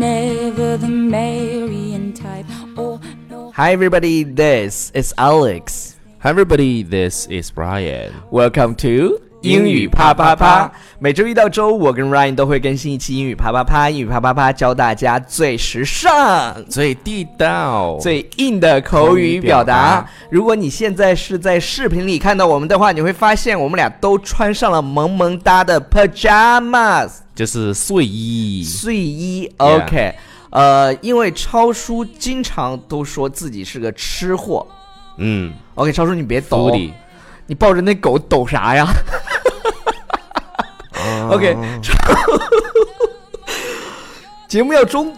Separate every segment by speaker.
Speaker 1: for the Marian type. Oh, no.
Speaker 2: Hi, everybody. This is Alex.
Speaker 3: Hi everybody, this is Brian。
Speaker 2: Welcome to 英
Speaker 3: 英
Speaker 2: 语
Speaker 3: 语
Speaker 2: 啪啪
Speaker 3: 啪啪
Speaker 2: 啪
Speaker 3: 啪。
Speaker 2: 每周一到周五，我跟 Ryan 都会更新一期英语啪啪啪。英语啪啪啪教大家最时尚、
Speaker 3: 最地道，
Speaker 2: 最硬的口语表达
Speaker 3: 口语表达。
Speaker 2: 如果你现在是在视频里看到我们的话，你会发现我们俩都穿上了萌萌哒的 pajamas
Speaker 3: 就是睡衣。
Speaker 2: 睡衣。
Speaker 3: Yeah
Speaker 2: OK，呃，因为超叔经常都说自己是个吃货。
Speaker 3: 嗯
Speaker 2: OK，超叔你别
Speaker 3: 兜
Speaker 2: 抖，
Speaker 3: 里。
Speaker 2: 你抱着那狗抖啥呀？OK，超
Speaker 3: 啊
Speaker 2: 节目要中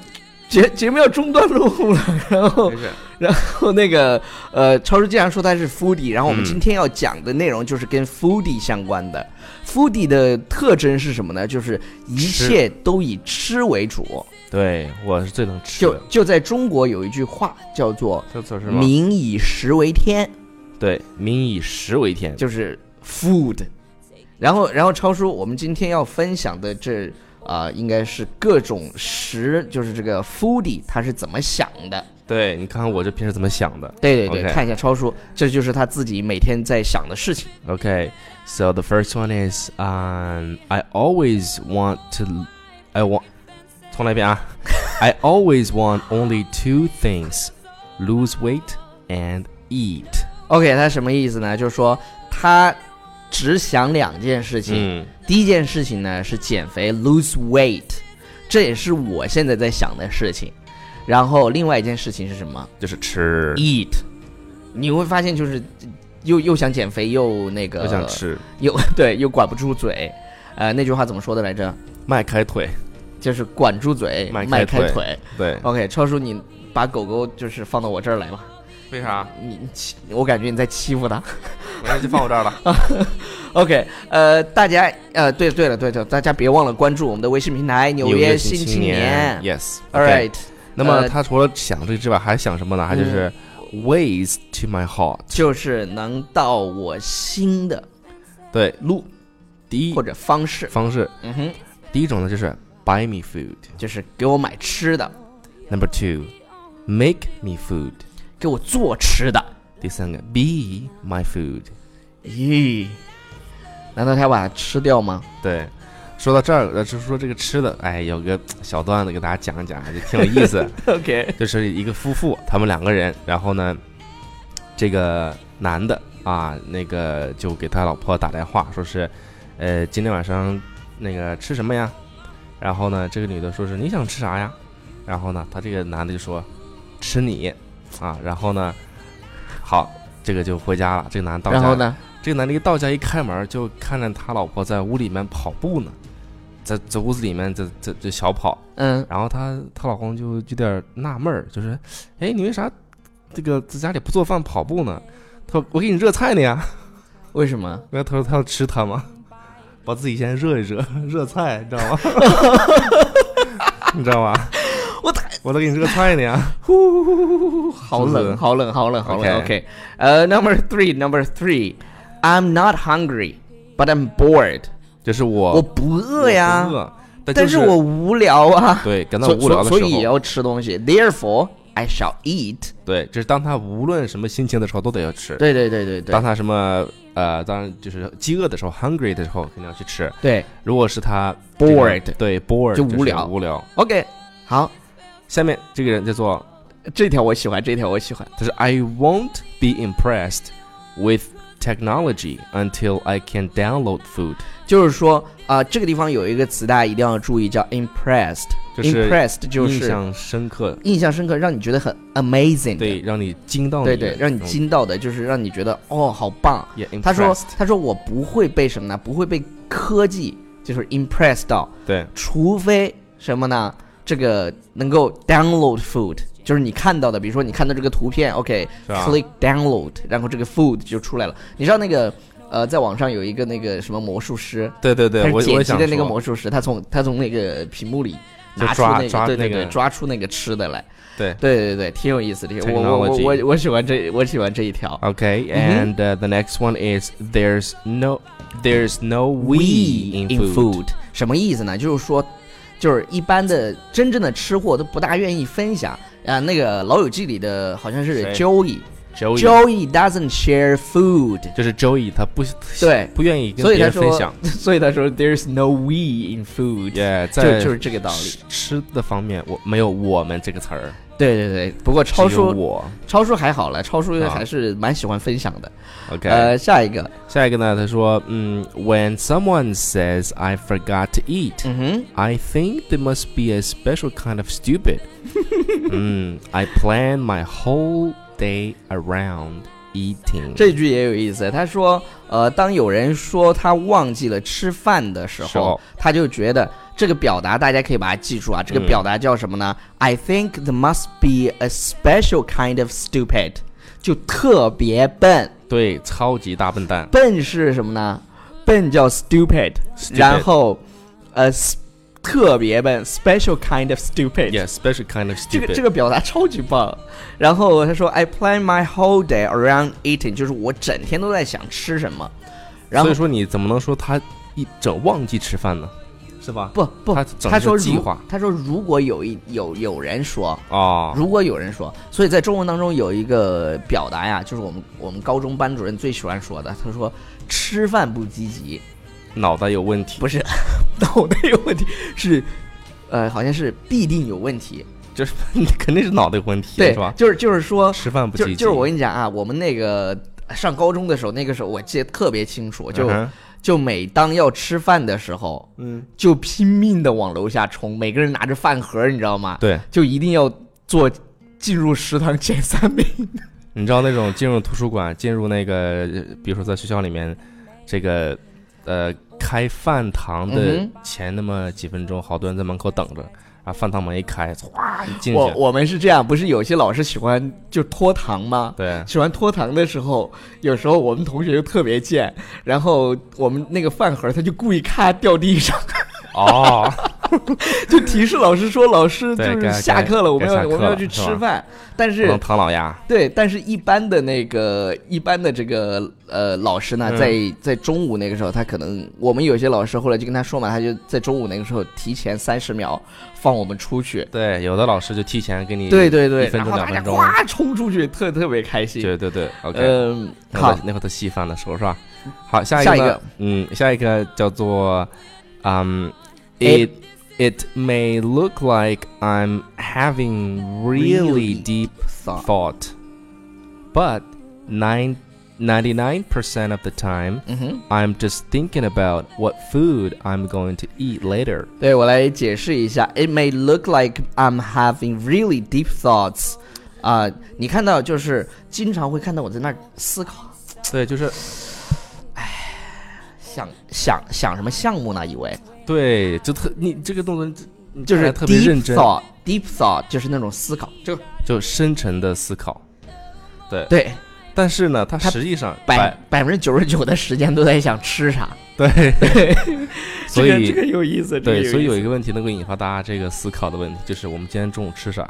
Speaker 2: 节节目要中断录了，然后
Speaker 3: 没事
Speaker 2: 然后那个呃，超叔既然说他是 foodie，然后我们今天要讲的内容就是跟 foodie 相关的。foodie 的特征是什么呢？就是一
Speaker 3: 吃
Speaker 2: 切都以吃为主。
Speaker 3: 对我是最能吃
Speaker 2: 就
Speaker 3: 的，
Speaker 2: 就在中国有一句话叫做
Speaker 3: 这词儿
Speaker 2: “
Speaker 3: 是吗？
Speaker 2: 民以食为天
Speaker 3: 对，民以食为”，天。
Speaker 2: 就是 food。然后，然后超叔，我们今天要分享的这啊、应该是各种食，就是这个 foodie 他是怎么想的。
Speaker 3: 对，你看看我这平时怎么想的。
Speaker 2: 对对对
Speaker 3: OK
Speaker 2: 看一下超叔，这就是他自己每天在想的事情。
Speaker 3: Okay, so the first one is um, I always want to, I want, 从来一遍 啊，I always want only two things, lose weight and eat.
Speaker 2: OK，他什么意思呢？就是说他只想两件事情。
Speaker 3: 嗯，
Speaker 2: 第一件事情呢是减肥 （lose weight），这也是我现在在想的事情。然后另外一件事情是什么
Speaker 3: 就是吃，
Speaker 2: ？eat。你会发现就是又又想减肥又那个
Speaker 3: 我想吃，
Speaker 2: 又对又管不住嘴。呃，那句话怎么说的来着？
Speaker 3: 迈开腿。
Speaker 2: 就是管住嘴，
Speaker 3: 迈开
Speaker 2: 迈开
Speaker 3: 腿
Speaker 2: 腿。
Speaker 3: 对，
Speaker 2: OK，超叔，你把狗狗就是放到我这儿来吧。
Speaker 3: 为啥？
Speaker 2: 你你欺，我感觉你在欺负它。
Speaker 3: 我让就放我这儿了。
Speaker 2: OK，呃，大家，呃，对对了，对对，大家别忘了关注我们的微信平台《 纽约
Speaker 3: 新
Speaker 2: 青
Speaker 3: 年
Speaker 2: 年》。
Speaker 3: ，Yes。
Speaker 2: All right，
Speaker 3: 那么
Speaker 2: 呃嗯
Speaker 3: 他除了想这个之外，还想什么呢？还就是 ways to my heart，
Speaker 2: 就是能到我心的
Speaker 3: 对路，第一
Speaker 2: 或者方式，
Speaker 3: 方式，
Speaker 2: 嗯哼，
Speaker 3: 第一种呢就是 buy me food。
Speaker 2: 就是给我买吃的，
Speaker 3: Number two, make me food.
Speaker 2: 给我做吃的。
Speaker 3: 第三个，be my food。
Speaker 2: 咦，难道他要把它吃掉吗？
Speaker 3: 对，说到这儿，呃，就是说这个吃的，哎，有个小段子给大家讲一讲，就挺有意思。
Speaker 2: OK，
Speaker 3: 就是一个夫妇，他们两个人，然后呢，这个男的啊，那个就给他老婆打电话，说是，呃，今天晚上那个吃什么呀？然后呢，这个女的说是你想吃啥呀？然后呢，他这个男的就说吃你啊。然后呢，好，这个就回家了。这个男的到家，
Speaker 2: 然后？呢？
Speaker 3: 这个男的一到家一开门，就看见他老婆在屋里面跑步呢，在在屋子里面在在在小跑。
Speaker 2: 嗯，
Speaker 3: 然后她她老公就有点纳闷儿，就是，哎，你为啥这个在家里不做饭跑步呢？她说我给你热菜呢呀。
Speaker 2: 为什么？
Speaker 3: 然后她说她要吃它吗？把自己先热一热， 热菜，你知道吗？ 你知道吗？
Speaker 2: 我
Speaker 3: 我都给你热菜呢呀。
Speaker 2: 好
Speaker 3: 是不是
Speaker 2: 冷，好冷，好冷，好冷。
Speaker 3: OK
Speaker 2: OK，呃，Number three，Number three，I'm not hungry，but I'm bored。
Speaker 3: 就是我
Speaker 2: 我不饿呀
Speaker 3: 哦我不。饿，但
Speaker 2: 但
Speaker 3: 就是
Speaker 2: 我无聊 啊，
Speaker 3: 对感到
Speaker 2: 所
Speaker 3: 无聊的时候，
Speaker 2: 所所以也要吃东西。Therefore, I shall eat。
Speaker 3: 对，就是当他无论什么心情的时候都得要吃。
Speaker 2: 对对对对对
Speaker 3: 当他什么呃，当然就是饥饿的时候，hungry 的时候肯定要去吃。
Speaker 2: 对。
Speaker 3: 如果是他
Speaker 2: Bored
Speaker 3: 对 bored
Speaker 2: 就是无聊
Speaker 3: 无聊。
Speaker 2: OK，好，
Speaker 3: 下面这个人叫做，
Speaker 2: 这条我喜欢，这条我喜欢。
Speaker 3: 他说 I won't be impressed with technology until I can download food，
Speaker 2: 就是说啊、这个地方有一个词大家一定要注意，叫 impressed。
Speaker 3: 就是
Speaker 2: impressed 就
Speaker 3: 印
Speaker 2: 是
Speaker 3: 象深刻，
Speaker 2: 印象深刻，让你觉得很 amazing 的。
Speaker 3: 对，让你惊到你
Speaker 2: 对
Speaker 3: 的，
Speaker 2: 对，让你惊到的，就是让你觉得哦，好棒。
Speaker 3: 也 impressed。
Speaker 2: 他说他说我不会被什么呢？不会被科技就是 impress 到。
Speaker 3: 对
Speaker 2: 除非什么呢？这个能够 download food，就是你看到的，比如说你看到这个图片
Speaker 3: 是啊吧
Speaker 2: ，OK，click、download，然后这个 food 就出来了。你知道那个呃，在网上有一个那个什么魔术师，
Speaker 3: 对对
Speaker 2: 他
Speaker 3: 对，
Speaker 2: 是
Speaker 3: 我我
Speaker 2: 剪
Speaker 3: 也
Speaker 2: 辑
Speaker 3: 想
Speaker 2: 的那个
Speaker 3: 说
Speaker 2: 魔术师，他从他从那个屏幕里
Speaker 3: 就
Speaker 2: 拿出
Speaker 3: 抓
Speaker 2: 那个
Speaker 3: 抓
Speaker 2: 对对
Speaker 3: 那
Speaker 2: 对
Speaker 3: 个
Speaker 2: 抓出那个吃的来，
Speaker 3: 对。
Speaker 2: 对对对，挺有意思的。我我我我
Speaker 3: Technology 啊
Speaker 2: 我喜欢这我喜欢这一条。
Speaker 3: Okay,
Speaker 2: Mhm.
Speaker 3: and uh, the next one is there's no there's no we in
Speaker 2: food 什么意思呢？就是说，就是一般的真正的吃货都不大愿意分享啊。那个《老友记》里的好像是
Speaker 3: 谁
Speaker 2: Joey，Joey
Speaker 3: Joey
Speaker 2: doesn't share food，
Speaker 3: 就是 Joey 他不
Speaker 2: 对
Speaker 3: 不愿意跟
Speaker 2: 所以
Speaker 3: 别
Speaker 2: 他
Speaker 3: 人
Speaker 2: 说
Speaker 3: 分享，
Speaker 2: 所以他说 There's no we in food，
Speaker 3: 也
Speaker 2: 就
Speaker 3: 在
Speaker 2: 就是这个道理。
Speaker 3: 吃吃的方面，我没有我们这个词儿，
Speaker 2: 对对对，不过超
Speaker 3: 只有
Speaker 2: 叔
Speaker 3: 我
Speaker 2: 超叔还好了，超叔
Speaker 3: 啊
Speaker 2: 还是蛮喜欢分享的。
Speaker 3: OK。
Speaker 2: 呃，下一个，
Speaker 3: 下一个呢，他说，嗯，When someone says I forgot to eat,
Speaker 2: 嗯哼，
Speaker 3: I think they must be a special kind of stupid. 嗯，I plan my whole day around eating.
Speaker 2: 这句也有意思。他说，呃，当有人说他忘记了吃饭的时
Speaker 3: 时
Speaker 2: 候
Speaker 3: 候，
Speaker 2: 他就觉得这个表达大家可以把它记住啊。这个
Speaker 3: 嗯
Speaker 2: 表达叫什么呢、i think there must be a special kind of stupid，就特别笨。
Speaker 3: 对超级大笨蛋
Speaker 2: 笨是什么呢？笨叫 stupid，,
Speaker 3: Stupid
Speaker 2: 然后呃 s- 特别笨，special kind of stupid。
Speaker 3: ，Yeah, special kind of
Speaker 2: 这个
Speaker 3: stupid.
Speaker 2: 这个表达超级棒。然后他说，I plan my whole day around eating，就是我整天都在想吃什么。然后
Speaker 3: 所以说你怎么能说他一整忘记吃饭呢？是吧？
Speaker 2: 不不，
Speaker 3: 他
Speaker 2: 他
Speaker 3: 整
Speaker 2: 说
Speaker 3: 个计
Speaker 2: 如
Speaker 3: 划
Speaker 2: 他说如果有一有有人说，
Speaker 3: 哦，
Speaker 2: 如果有人说，所以在中文当中有一个表达呀，就是我们我们高中班主任最喜欢说的，他说吃饭不积极，
Speaker 3: 脑袋有问题，
Speaker 2: 不是 脑袋有问题，是呃好像是必定有问题，
Speaker 3: 就是 肯定是脑袋有问题，
Speaker 2: 对
Speaker 3: 是吧，？
Speaker 2: 就是就是说
Speaker 3: 吃饭不积
Speaker 2: 就
Speaker 3: 极，
Speaker 2: 就是我跟你讲啊，我们那个上高中的时候，那个时候我记得特别清楚，就、啊
Speaker 3: 嗯哼
Speaker 2: 就每当要吃饭的时候，
Speaker 3: 嗯，
Speaker 2: 就拼命的往楼下冲，每个人拿着饭盒，你知道吗？
Speaker 3: 对，
Speaker 2: 就一定要做进入食堂前三名。
Speaker 3: 你知道那种进入图书馆、进入那个，呃比如说在学校里面，这个呃开饭堂的
Speaker 2: 嗯
Speaker 3: 前那么几分钟，好多人在门口等着，啊，饭堂门一开，唰一进
Speaker 2: 我
Speaker 3: 去，
Speaker 2: 我们是这样，不是有些老师喜欢就拖堂吗？
Speaker 3: 对，
Speaker 2: 喜欢拖堂的时候，有时候我们同学就特别贱，然后我们那个饭盒他就故意咔掉地上，
Speaker 3: 哦，
Speaker 2: 就提示老师说老师就
Speaker 3: 对
Speaker 2: 是
Speaker 3: 该
Speaker 2: 下课了，我们
Speaker 3: 该下
Speaker 2: 要
Speaker 3: 课
Speaker 2: 我们要
Speaker 3: 了
Speaker 2: 去
Speaker 3: 是
Speaker 2: 吃
Speaker 3: 吧
Speaker 2: 饭，但
Speaker 3: 不
Speaker 2: 是
Speaker 3: 能唐老鸭，
Speaker 2: 对，但是一般的那个一般的这个呃老师呢，
Speaker 3: 嗯
Speaker 2: 在在中午那个时候，他可能我们有些老师后来就跟他说嘛，他就在中午那个时候提前三十秒放我们出去。
Speaker 3: 对，有的老师就提前给你，
Speaker 2: 对对对，
Speaker 3: 一分
Speaker 2: 然
Speaker 3: 钟
Speaker 2: 后
Speaker 3: 两
Speaker 2: 大家
Speaker 3: 分钟，
Speaker 2: 哗冲出去，特特别开心。
Speaker 3: 对对对，OK，
Speaker 2: 嗯，
Speaker 3: 那会
Speaker 2: 好
Speaker 3: 儿，那会儿他稀饭的时候是吧？好，下
Speaker 2: 下一
Speaker 3: 一
Speaker 2: 个
Speaker 3: 个，嗯，下一个叫做，嗯
Speaker 2: It-
Speaker 3: ，it it may look like I'm having
Speaker 2: Really
Speaker 3: really deep
Speaker 2: song
Speaker 3: thought. But nine, 99% of the time,
Speaker 2: 嗯哼，
Speaker 3: I'm just thinking about what food I'm going to eat later.
Speaker 2: 对我来解释一下，It may look like I'm having really deep thoughts，啊、你看到就是经常会看到我在那儿思考，
Speaker 3: 对，就是
Speaker 2: 想想想什么项目呢？以为。
Speaker 3: 对，就特你这个动作你
Speaker 2: 就是
Speaker 3: 看来特别
Speaker 2: deep
Speaker 3: 认真，
Speaker 2: thought deep thought 就是那种思考，就
Speaker 3: 就深沉的思考。对，
Speaker 2: 对，
Speaker 3: 但是呢，它
Speaker 2: 它
Speaker 3: 实际上
Speaker 2: 百百分之九十九的时间都在想吃啥，
Speaker 3: 对，所以
Speaker 2: 这个有意 思，
Speaker 3: 对，所以有一
Speaker 2: 个
Speaker 3: 个问题能够引发大家这个思考的问题，就是我们今天中午吃啥？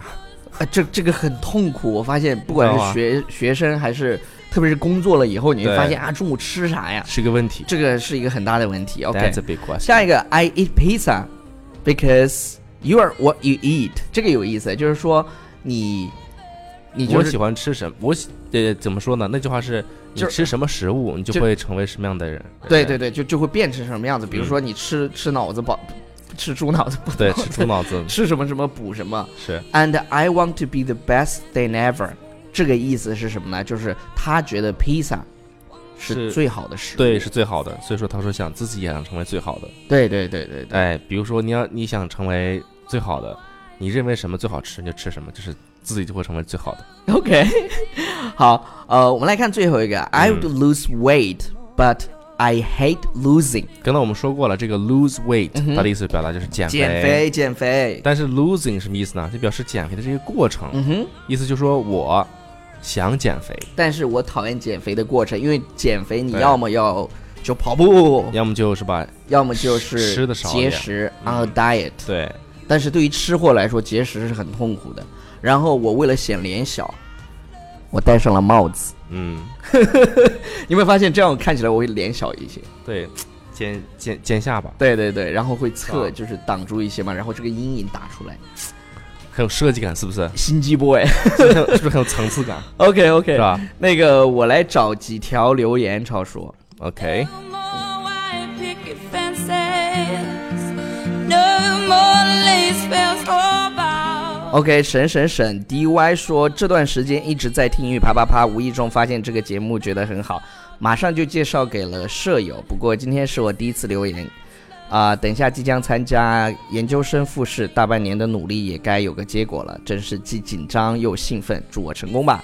Speaker 2: 啊，这这个很痛苦，我发现不管
Speaker 3: 知
Speaker 2: 是
Speaker 3: 道啊
Speaker 2: 学学生还是特别是工作了以后，你会
Speaker 3: 对
Speaker 2: 发现啊，中午吃啥呀？
Speaker 3: 是个问题。
Speaker 2: 这个是一个很大的问题。OK，
Speaker 3: That's a big question.
Speaker 2: 下一个，I eat pizza because you are what you eat，这个有意思，就是说你你就
Speaker 3: 我
Speaker 2: 是
Speaker 3: 喜欢吃什么？我喜呃怎么说呢？那句话是你
Speaker 2: 就是
Speaker 3: 吃什么食物，你就
Speaker 2: 就
Speaker 3: 会成为什么样的人。
Speaker 2: 对对
Speaker 3: 对
Speaker 2: 对，就就会变成什么样子。比如
Speaker 3: 嗯
Speaker 2: 说你吃、吃脑子饱，吃猪脑子不
Speaker 3: 对，
Speaker 2: 饱
Speaker 3: 吃猪 脑子
Speaker 2: 吃什么什么补什么。
Speaker 3: 是
Speaker 2: And I want to be the best thing ever。这个意思是什么呢？就是他觉得披萨是
Speaker 3: 是
Speaker 2: 最好的食物。
Speaker 3: 对是最好的，所以说他说想自己也想成为最好的。
Speaker 2: 对对对对 对
Speaker 3: 哎，比如说你要你想成为最好的，你认为什么最好吃你就吃什么，就是自己就会成为最好的。
Speaker 2: OK，好，呃，我们来看最后一个。I would
Speaker 3: 嗯
Speaker 2: lose weight, but I hate losing。
Speaker 3: 刚才我们说过了，这个 lose weight
Speaker 2: 嗯哼
Speaker 3: 它的意思表达就是减肥。
Speaker 2: 减肥，减肥。
Speaker 3: 但是 losing 什么意思呢？就表示减肥的这个过程，
Speaker 2: 嗯哼，
Speaker 3: 意思就是说我想减肥，
Speaker 2: 但是我讨厌减肥的过程，因为减肥你
Speaker 3: 对
Speaker 2: 要么要就跑步，
Speaker 3: 要么就是吧，
Speaker 2: 要么就是
Speaker 3: 吃得少一
Speaker 2: 节
Speaker 3: 点
Speaker 2: 食
Speaker 3: 嗯
Speaker 2: on a diet，、
Speaker 3: 对，
Speaker 2: 但是对于吃货来说，节食是很痛苦的。然后我为了显脸小，我戴上了帽子。
Speaker 3: 嗯，
Speaker 2: 你有没有发现这样看起来我会脸小一些？
Speaker 3: 对，尖尖尖下巴，
Speaker 2: 对对对，然后会侧
Speaker 3: 啊
Speaker 2: 就是挡住一些嘛，然后这个阴影打出来，
Speaker 3: 很有设计感，是不 是？
Speaker 2: 心机 boy。
Speaker 3: 是不是很有是不是很有层次感，
Speaker 2: OK OK，
Speaker 3: 是吧
Speaker 2: 那个我来找几条留言，超叔。
Speaker 3: ？OK，
Speaker 1: No more white picket fences. No more lace bells or bows.
Speaker 2: OK，沈沈沈 DY 说这段时间一直在听英语啪啪啪，无意中发现这个节目，觉得很好，马上就介绍给了舍友。不过今天是我第一次留言，啊、等下即将参加研究生复试，大半年的努力也该有个结果了，真是既紧张又兴奋，祝我成功吧。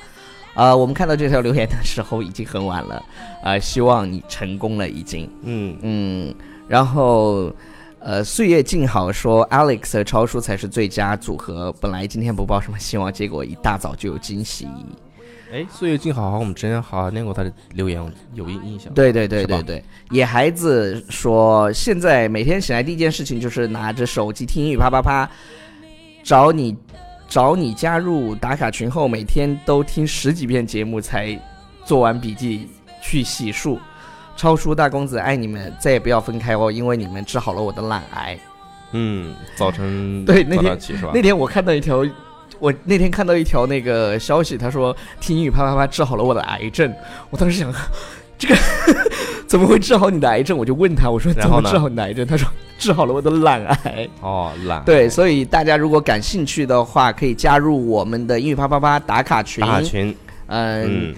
Speaker 2: 啊，我们看到这条留言的时候已经很晚了，啊、希望你成功了已经。
Speaker 3: 嗯，
Speaker 2: 嗯，然后。呃，岁月静好说，Alex 和超叔才是最佳组合。本来今天不抱什么希望，结果一大早就有惊喜。
Speaker 3: 哎，岁月静好，好像我们之前好像念过他的留言，有印印象。
Speaker 2: 对对对
Speaker 3: 是吧
Speaker 2: 对对，野孩子说，现在每天醒来第一件事情就是拿着手机听英语啪啪啪，找你找你加入打卡群后，每天都听十几遍节目才做完笔记去洗漱。超叔大公子爱你们，再也不要分开哦，因为你们治好了我的懒癌。
Speaker 3: 嗯，早晨
Speaker 2: 对那
Speaker 3: 早
Speaker 2: 天
Speaker 3: 上起是吧
Speaker 2: 那？天我看到一条，我那天看到一条那个消息，他说听英语啪啪啪治好了我的癌症。我当时想， 这个怎么会治好你的癌症？我就问他，我说
Speaker 3: 然
Speaker 2: 怎
Speaker 3: 后
Speaker 2: 么
Speaker 3: 呢
Speaker 2: 治好你的癌症？他说治好了我的懒癌。
Speaker 3: 哦，懒
Speaker 2: 对，所以大家如果感兴趣的话，可以加入我们的英语啪啪啪打卡群。
Speaker 3: 大群，
Speaker 2: 嗯，
Speaker 3: 嗯，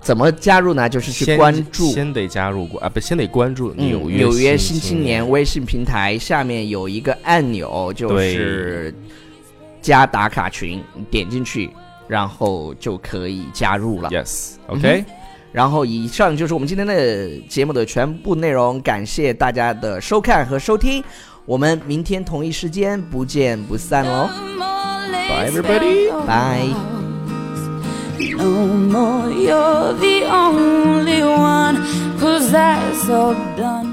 Speaker 2: 怎么加入呢？就是去
Speaker 3: 先
Speaker 2: 关注。
Speaker 3: 先得加入过啊，不，先得关注
Speaker 2: 嗯
Speaker 3: 纽
Speaker 2: 纽约
Speaker 3: 新
Speaker 2: 新青年微信平台下面有一个按钮，就是加打卡群，你点进去，然后就可以加入了。嗯
Speaker 3: ，Yes，OK，
Speaker 2: 然后以上就是我们今天的节目的全部内容，感谢大家的收看和收听，我们明天同一时间不见不散哦喽。
Speaker 1: No more lace
Speaker 3: Bye, everybody.
Speaker 1: bells or
Speaker 2: Bye.
Speaker 1: bows. No more, you're the only one, cause that's all done.